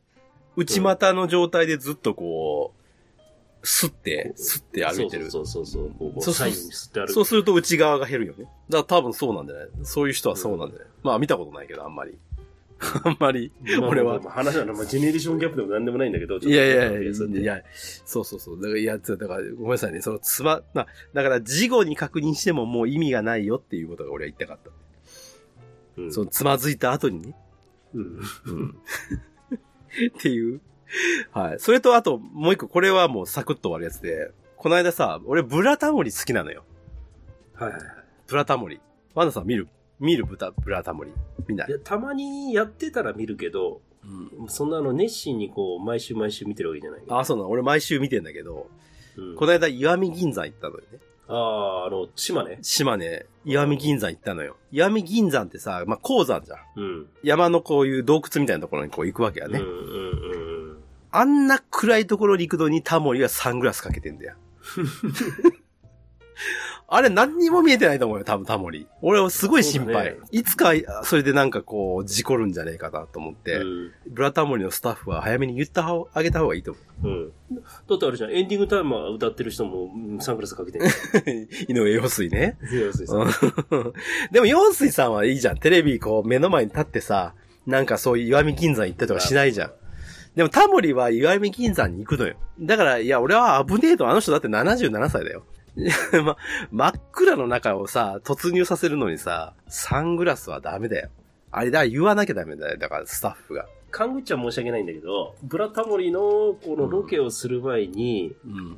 内股の状態でずっとこう、すって、すって歩いてる。そうそうそうそう。こうこそううそう左右に吸って歩く。そうすると内側が減るよね。だから多分そうなんじゃないそういう人はそうなんじゃない、まあ見たことないけど、あんまり。 あんまり、まあ俺まあは。まあ話はね、まあ、ジェネレーションギャップでもなんでもないんだけど、ちょっといやいやいや、そういや、そうそうそう。だから、いや、だから、ごめんなさいね。その、つま、な、だから、事後に確認してももう意味がないよっていうことが俺は言いたかった。うんその、つまずいた後にね。うんっていう。はい。それと、あと、もう一個、これはもうサクッと終わるやつで、この間さ、俺、ブラタモリ好きなのよ。はいはいはい。ブラタモリ。ワンダさん見る見るブタ、ブラタモリ。見ないい。やたまにやってたら見るけど、うん。そんなあの熱心にこう、毎週毎週見てるわけじゃない。あ、そうなの。俺、毎週見てんだけど、うんこの間、石見銀山行ったのよね。あー、あの、島ね。島根、石見銀山行ったのよ。石見銀山ってさ、まあ、鉱山じゃん。うん。山のこういう洞窟みたいなところにこう行くわけやね。うんうんうん。あんな暗いところに行くのにタモリはサングラスかけてんだよ。 あれ何にも見えてないと思うよ、多分タモリ。俺はすごい心そうだ配。ねいつか、それでなんかこう、事故るんじゃねえかなと思って、うんブラタモリのスタッフは早めに言った方、あげた方がいいとう思ん。だってあれじゃん、エンディングタイマー歌ってる人もうんサングラスかけてる。う。 井上陽水ね。 要するにさうんでも陽水さんはいいじゃん。テレビこう、目の前に立ってさ、なんかそういう岩見銀山行ったりとかしないじゃん。でもタモリは岩見銀山に行くのよ。だから、いや、俺は危ねえと、あの人だって77歳だよ。 ま、真っ暗の中をさ、突入させるのにさ、サングラスはダメだよ。あれだ、言わなきゃダメだよ。だから、スタッフが。勘ぐっちゃ申し訳ないんだけど、ブラタモリのこのロケをする前に、うん。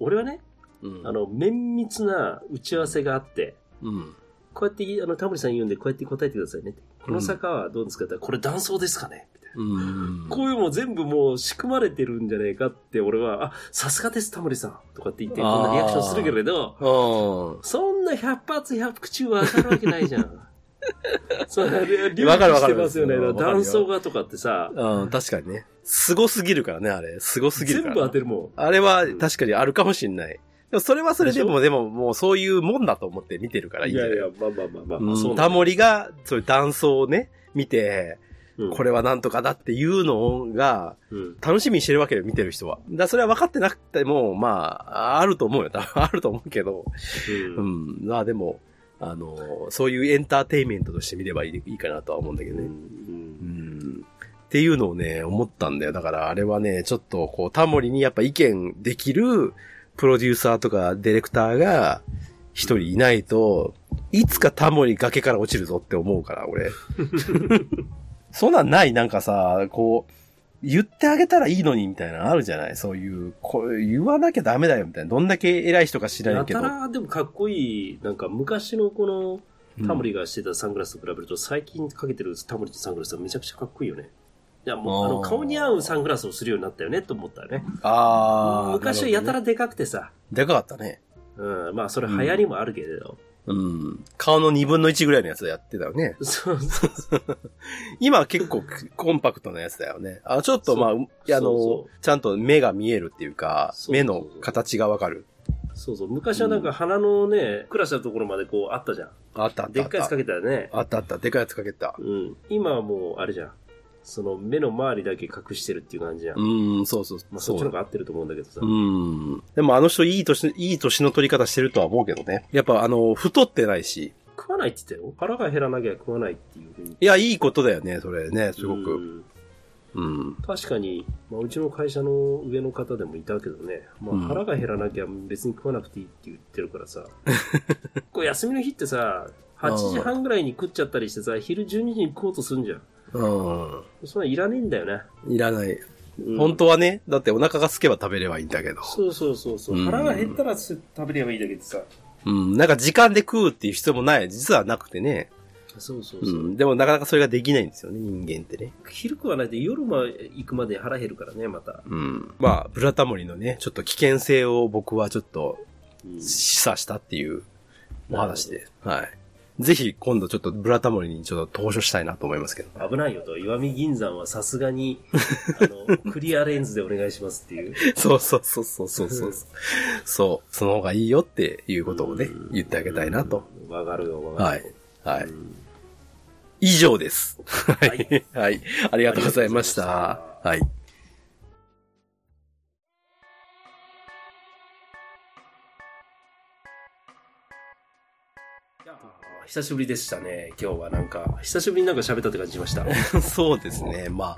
俺はね、うん。あ、の、綿密な打ち合わせがあって、うん。こうやって、あの、タモリさん言うんで、こうやって答えてくださいねって。この坂はどうですかって言ったらこれ断層ですかねみたいな。うん。こういうもう全部もう仕組まれてるんじゃねえかって、俺は、あ、さすがです、タモリさんとかって言って、こんなリアクションするけれど、うん。そんな百発百中わかるわけないじゃ ん。そう、リわかるわかるしてますよね。だからわかるよ断層がとかってさ、うん、確かにね。凄すぎるからね、あれ。凄すぎる全か部ら。当てるもん。あれは確かにあるかもしんない。でもそれはそれでも、ででももうそういうもんだと思って見てるからいいいんじゃやないいや、まあまあまあまあ、うんそうなタんだモリが、そういう断層をね、見て、うんこれはなんとかだっていうのが、うん楽しみにしてるわけよ、見てる人は。だからそれは分かってなくても、まあ、あると思うよ、多分 あると思うけど。ううんん、まあでも、あの、そういうエンターテインメントとして見ればいいいいかなとは思うんだけどね。うんっていうのをね、思ったんだよ。だからあれはね、ちょっとこう、タモリにやっぱ意見できるプロデューサーとかディレクターが一人いないと、いつかタモリ崖から落ちるぞって思うか ら、俺。そんなんないなんかさ、こう、言ってあげたらいいのにみたいなのあるじゃないそういう、こう言わなきゃダメだよみたいな。どんだけ偉い人か知らなやいけたど。らでもかっこいい、なんか昔のこの、うんタモリがしてたサングラスと比べると、最近かけてるタモリのサングラスはめちゃくちゃかっこいいよね。いや、もう、ああーの、顔に合うサングラスをするようになったよね、と思ったよね。ああ、昔はやたなるらでかくてさ、ほどねでかかったね。うん、まあ、それ流行りもあるけれど。うん。顔の2分の1ぐらいのやつやってたよね。そうそう今は結構コンパクトなやつだよね。あちょっとまあ、ういやあのそうそちゃんと目が見えるっていうか、そう目の形がわかる。そうそう。昔はなんか鼻のね、クラスのところまでこうあったじゃん。あったあったあった。でっかいやつかけたらね。あったあった。でかいやつかけた。うん。今はもう、あれじゃん。その目の周りだけ隠してるっていう感じじゃん。うん、そうそう。まあそっちの方が合ってると思うんだけどさ。うん。でもあの人いい年、いい年の取り方してるとは思うけどね。やっぱあの、太ってないし。食わないって言ったよ。腹が減らなきゃ食わないっていうふうに。いや、いいことだよね、それね、すごうく。んうん。確かに、まあ、うちの会社の上の方でもいたけどね、まうあ、ん腹が減らなきゃ別に食わなくていいって言ってるから さ、こう休みの日ってさ、8時半ぐらいに食っちゃったりしてさ、昼12時に食おうとすんじゃん。うそんなんいらねえんだよね。ん。いらない。うん本当はね、だってお腹が空けば食べればいいんだけど。そうそうそうそう、うん腹が減ったらす食べればいいだけでさ。うん。なんか時間で食うっていう必要もない。実はなくてね。そうそううそう。ん。でもなかなかそれができないんですよね、人間ってね。昼食わないで夜まで行くまで腹減るからね、また。うん。まあ、ブラタモリのね、ちょっと危険性を僕はちょっとうん示唆したっていうお話で。はい。ぜひ今度ちょっとブラタモリにちょっと投書したいなと思いますけど。危ないよと。石見銀山はさすがに、あの、クリアレンズでお願いしますっていう。 そうそうそうそうそう そう。そう、その方がいいよっていうことをね、言ってあげたいなと。うん。わかるよ、わかはるいよ。。はいうん。以上です。はいい。 はい。ありがとうございました。はい。いやー久しぶりでしたね、今日はなんか。久しぶりになんか喋ったって感じしました。うん。そうですね。ま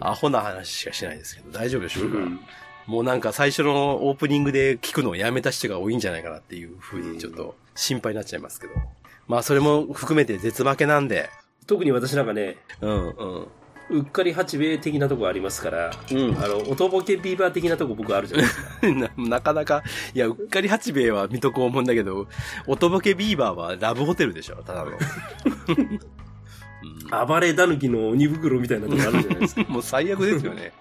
あ、アホな話しかしないですけど、大丈夫でしょうか、うんもうなんか最初のオープニングで聞くのをやめた人が多いんじゃないかなっていうふうにちょっと心配になっちゃいますけど。まあ、それも含めて絶負けなんで。特に私なんかね、うん、うん。うっかり八兵衛的なとこありますから、うんあの、おとぼけビーバー的なとこ僕あるじゃ ないですか。ななかなか、いや、うっかり八兵衛は水戸黄門だけど、おとぼけビーバーはラブホテルでしょ、ただの。うん暴れだぬきの鬼袋みたいなとこあるじゃない ですか。もう最悪ですよね。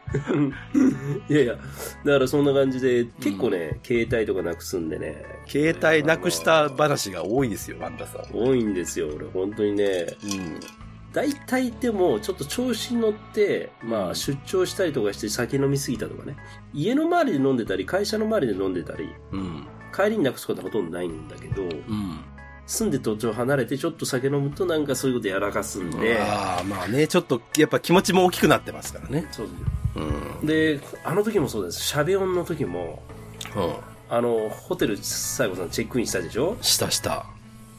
いやいや、だからそんな感じで、結構ね、携帯とかなくすんでね。携帯なくした話が多いですよ、ワンダさん。多いんですよ、俺、本当にね。うん。大体でも、ちょっと調子に乗って、まうあ、ん出張したりとかして酒飲みすぎたとかね。家の周りで飲んでたり、会社の周りで飲んでたり、うん。帰りになくすことはほとんどないんだけど、うん。住んで途中離れてちょっと酒飲むとなんかそういうことやらかすんで、ああ、まあね、ちょっと、やっぱ気持ちも大きくなってますからね。そううん。そうで、あの時もそうです。シャベオンの時も、うん。あの、ホテル、最後さんチェックインしたでしょしたした。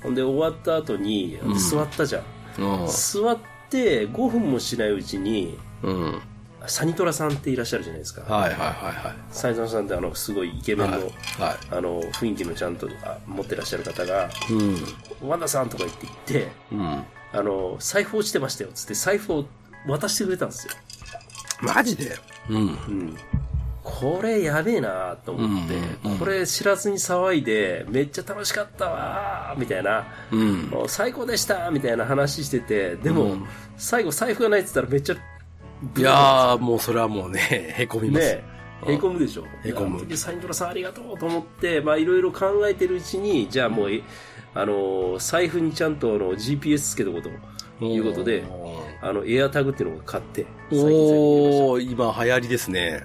ほんで終わった後にうん座ったじゃん、うん座って5分もしないうちにうん。はいサニトラさんっていらっしゃるじゃないですかはいはいはサニトラさんってあのすごいイケい。メンの、はい。はあの雰囲気のちゃんとあ持ってらっしゃる方がい。うん。 「ワンダさん」とか言って言ってうん。あの財布落ちてましたよっつって財布を渡してくれたんですよ、マジでうん。うん、これやべえなと思って、うんうんこれ知らずに騒いでめっちゃ楽しかったわーみたいなうん。もう最高でしたみたいな話しててでも、うん最後財布がないって言ったらめっちゃいやー、もうそれはもうね、 へこみます。ねうんへこむでしょへこむいやあの時サインドラさんありがとうと思ってまあいろいろ考えてるうちにじゃあもうえあのー財布にちゃんとあの GPS つけとこうということであのエアタグっていうのを買って最近おお今流行りですね。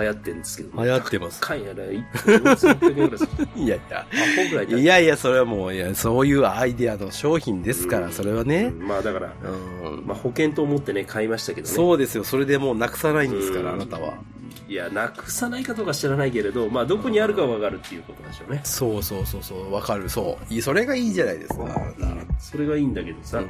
流行ってるんですけど流行ってます。 高いんやね1本600円ぐらいするいやいや。アホぐらいだいやいや、それはもう、いや、そういうアイデアの商品ですかうら、んそれはうね。んまあだから、うん。まあ、保険と思ってね買いましたけどねそうですよ。それでもうなくさないんですから、うあんなたは。いやなくさないかどうか知らないけれどまあどこにあるかわかるっていうことでしょうねそうそうそうそう、わかる、そう。いいそれがいいじゃないですか、あなそれがいいんだけどさ、た。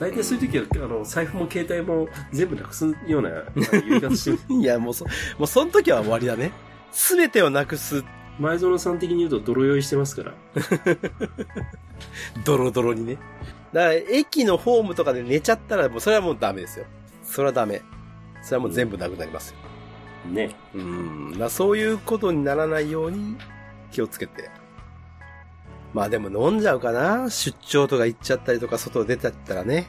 大体そういう時はあの財布も携帯も全部なくすようなあの言い方してるうんいや、もうそ、もうその時は終わりだね。すべてをなくす、前園さん的に言うと泥酔いしてますからドロドロにね。だから、駅のホームとかで寝ちゃったら、もうそれはもうダメですよ。それはダメ。それはもう全部なくなりますよ。ねうん。だからそういうことにならないように気をつけて。まあでも飲んじゃうかな。出張とか行っちゃったりとか、外出ちゃったらね。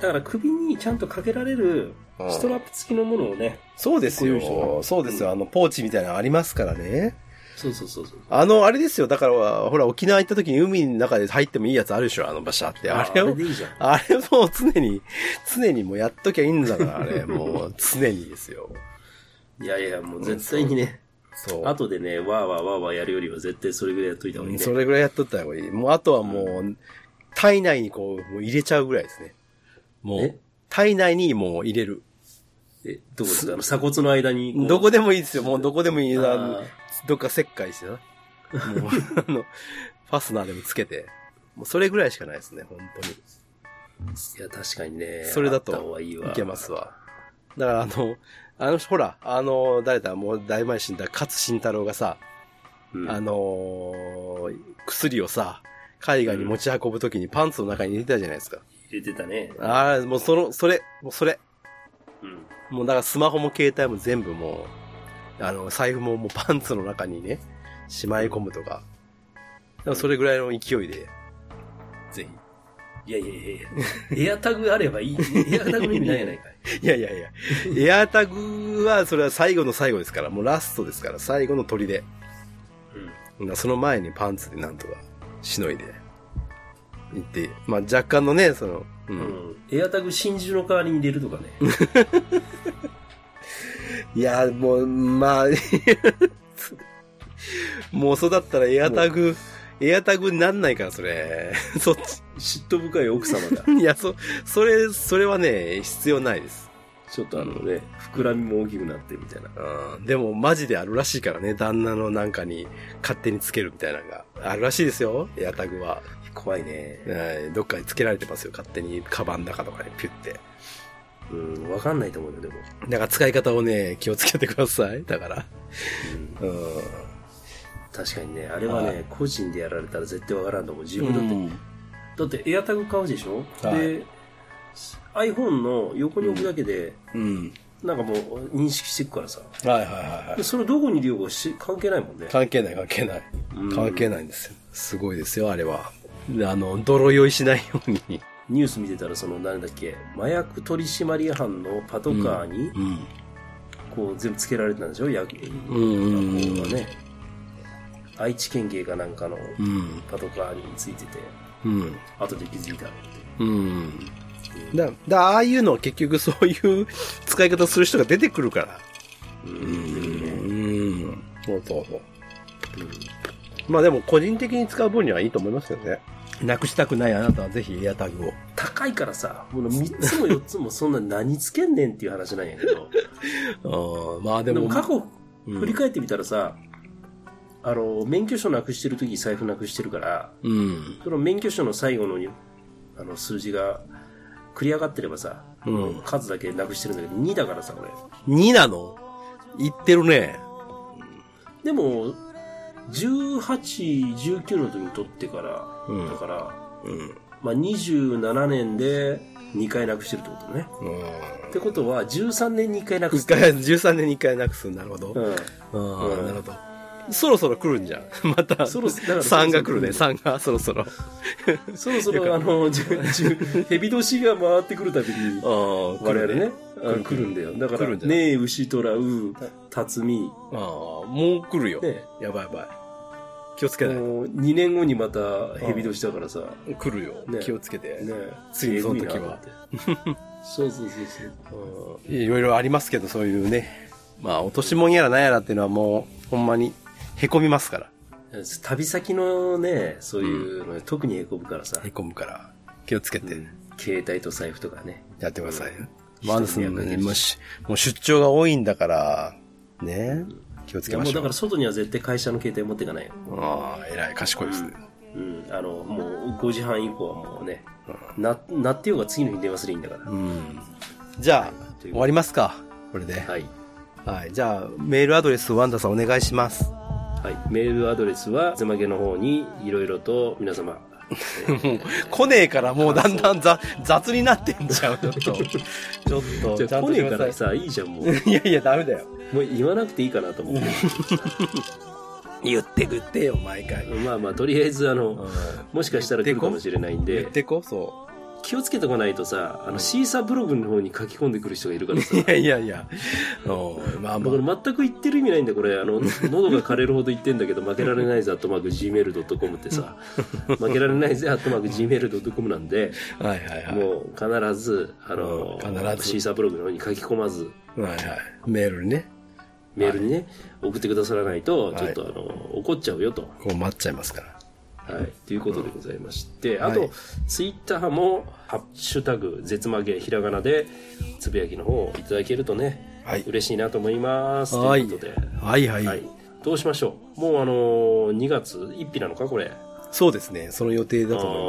だから首にちゃんとかけられるうんストラップ付きのものをね、そうですよこういう人。がそうですよ。あの、ポーチみたいなのありますからね。そうそうそうそうあの、あれですよ。だから、ほら、沖縄行った時に海の中で入ってもいいやつあるでしょ。あの、バシャって。あれあをれでいいじゃんあれもう常に、常にもうやっときゃいいんだから、あれ。もう常にですよ。いやいやもう絶対にね、そう。後でね、わーわーわーわーやるよりは絶対それぐらいやっといた方がいいね。それぐらいやっとった方がいい。もうあとはもう、体内にこう、もう入れちゃうぐらいですね。もえう、体内にもう入れる。え、どこですかあの鎖骨の間に。どこででもいいですよ。もうどこでもいいな。あどっか切開してな。もう、あの、ファスナーでもつけて。もうそれぐらいしかないですね、本当に。いや、確かにね。それだとあった方がいいわ。いけますわ。だからあの、あの、ほら、あの、誰だ、もう大前死んだ勝慎太郎がさ、うん。あのー薬をさ、海外に持ち運ぶときにパンツの中に入れてたじゃないですか。入れてたね。ああ、もうその、それ、もうそれ。うん。もうだからスマホも携帯も全部もう、あの、財布ももうパンツの中にね、しまい込むとか。だからそれぐらいの勢いで、ぜいやいやいやいや。エアタグあればいい。エアタグの意味ないやないかい。ひ。いやいやい や。エアタグは、それは最後の最後ですから、もうラストですから、最後の砦で。うん。その前にパンツでなんとか、しのいで、行って、まあ若干のね、その、う。うんん、エアタグ真珠の代わりに入れるとかね。いや、もう、まあ、 もうそうだったらエアタグ、エアタグになんないから、それ。 そっち。嫉妬深い奥様 が。いや、そ、それ、それはね、必要ないです。ちょっとあのね、膨らみも大きくなってみたいな。うん。でも、マジであるらしいからね、旦那のなんかに勝手につけるみたいなのが。あるらしいですよ、エアタグは。怖いね。はいどっかにつけられてますよ、勝手に。カバンの中とかにピュって。うん、わかんないと思うよ、でも。だから使い方をね、気をつけてください。だから。うん、うん。確かにね、あれはね、はい個人でやられたら絶対わからんと思う。自分だって、だってエアタグ買うでしょ、はいで、iPhone の横に置くだけで、うん。なんかもう認識していくからさ。はいはいはいはいで。それどこに利用かし関係ないもんね。関係ない関係ないうん。関係ないんですよ。すごいですよ、あれは。あの、泥酔いしないように。ニュース見てたら、その、誰だっけ、麻薬取締班のパトカーに、うん。こう、全部つけられてたんでしょ薬、うんうんう学校んがね、愛知県警かなんかのうん。パトカーについてて、うん。後で気づいたって。うん。だ、だああいうの結局そういう使い方する人が出てくるから。う。うんん。そうそうそう。まあでも個人的に使う分にはいいと思いますけどね。なくしたくないあなたはぜひエアタグを。高いからさ、もう3つも4つもそんな何つけんねんっていう話なんや けど、あーまあででも。も過去うん振り返ってみたらさ、あの、免許証なくしてる時財布なくしてるから、うん。その免許証の最後のにあの数字が繰り上がってればさ、うん数だけなくしてるんだけど、2だからさ、俺。 2なの言ってるね。でも、18、19の時に取ってから、うんだから、うん。まあ、27年で2回なくしてるってことね。うん。ってことは、13年に1回なく一してる。回、13年に1回なくす。なるほど。うん。あうあ、んなるほど。そそろそろ来るんじ ゃん。また、そろそろだから3が来るね、そ3が、そろそろ。 そろそろ、あの、じゅじゅ蛇年が回ってくるたび に、我我々ね、あの来るんだよ。だか来ら、るんじゃないねえ、牛虎、う、辰巳、ああ、もう来るよ。ね、やばいやばい。気をつけない。もう2年後にまた蛇年だからさ、来るよ。ね気をつけて。ねついにその時は。えぐいなってそうそうそうそう。うんいろいろありますけど、そういうね。まあ、落とし物やらなんやらっていうのはもう、ほんまに、へこみますから。旅先のね、そういうの、特に凹むからさ、へこむから。気をつけて、携帯と財布とかね。やってください。うんまあ、そ人にのはね、ねもうし、もう出張が多いんだから、ね。気をいつけやまもうしょだうから。外には絶対会社の携帯持っていかないよ。ああ、偉い、賢いですね。うん、あの、もう5時半以降はもうね、な、なってようが次の日に電話すりゃいいんだから。うん。じゃあ、終わりますか。これで。はい。はい。じゃあ、メールアドレス、ワンダさんお願いします。はい。メールアドレスは、つまげの方にいろいろと皆様、もう、来ねえからもうだんだん雑 雑になってんじゃん、ちょ っと。ちょっと、じゃちあゃん来とねしえなからささ、いいじゃん、もう。 い。いやいや、ダメだよ。もう言わなくていいかなと思って。 言ってくってよ、毎回。まあまあ、とりあえず、あうのん、もしかしたら来るかもしれないん言でっ、てこ、そ気をつけとかないとさ、あの、シーサーブログの方に書き込んでくる 人がいるから さう。い、やいやいや。うんまあま僕あ。全く言ってる意味ないんだこれあ の喉が枯れるほど言ってんだけど負けられないぜアットマーク Gmail.com って さ負けられないぜアットマーク Gmail.com なんではいはいはい。もう必ずあのうん必ずシーサーブログの方に書き込まずはいはい。メールにね。メールにね、送ってくださらないと、はいちょっとあの、怒っちゃうよと。こう待っちゃいますから。はい。ということでございまして、はいあと、ツイッターも、ハッシュタグ、絶曲げ、ひらがなで、つぶやきの方いただけるとね、はい嬉しいなと思います。はいということで、はいはい。はい。どうしましょうもうあのー、2月1日なのかこれ。そうですね。その予定だと思い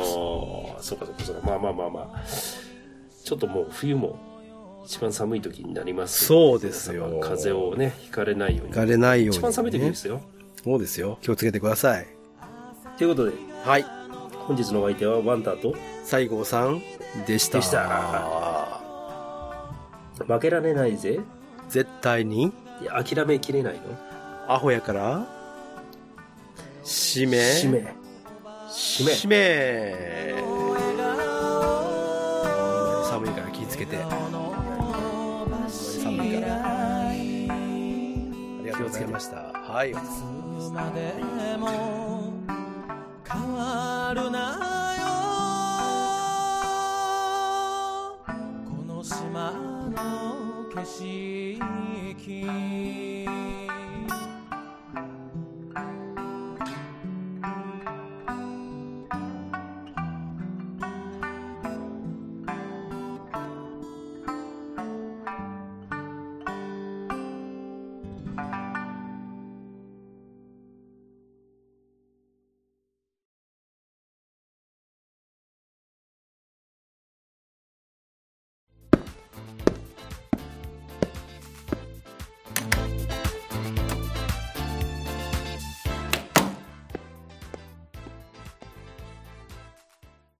ます。あーそうかそうかそうか。まあまあまあまあ。ちょっともう冬も一番寒い時になります。そうですよ皆様風邪をね、ひかれないように。行かれないように、ね。一番寒い時ですよ。そうですよ。気をつけてください。ということで、はい。本日のお相手はワンタと西郷さんでした。でした負けられないぜ。絶対に、いや諦めきれないの。アホやから、しめ、締め。締め。しめ。寒いから気をつけて。寒いから。ありがとうございました。はい。までも変わるなよこの島の景色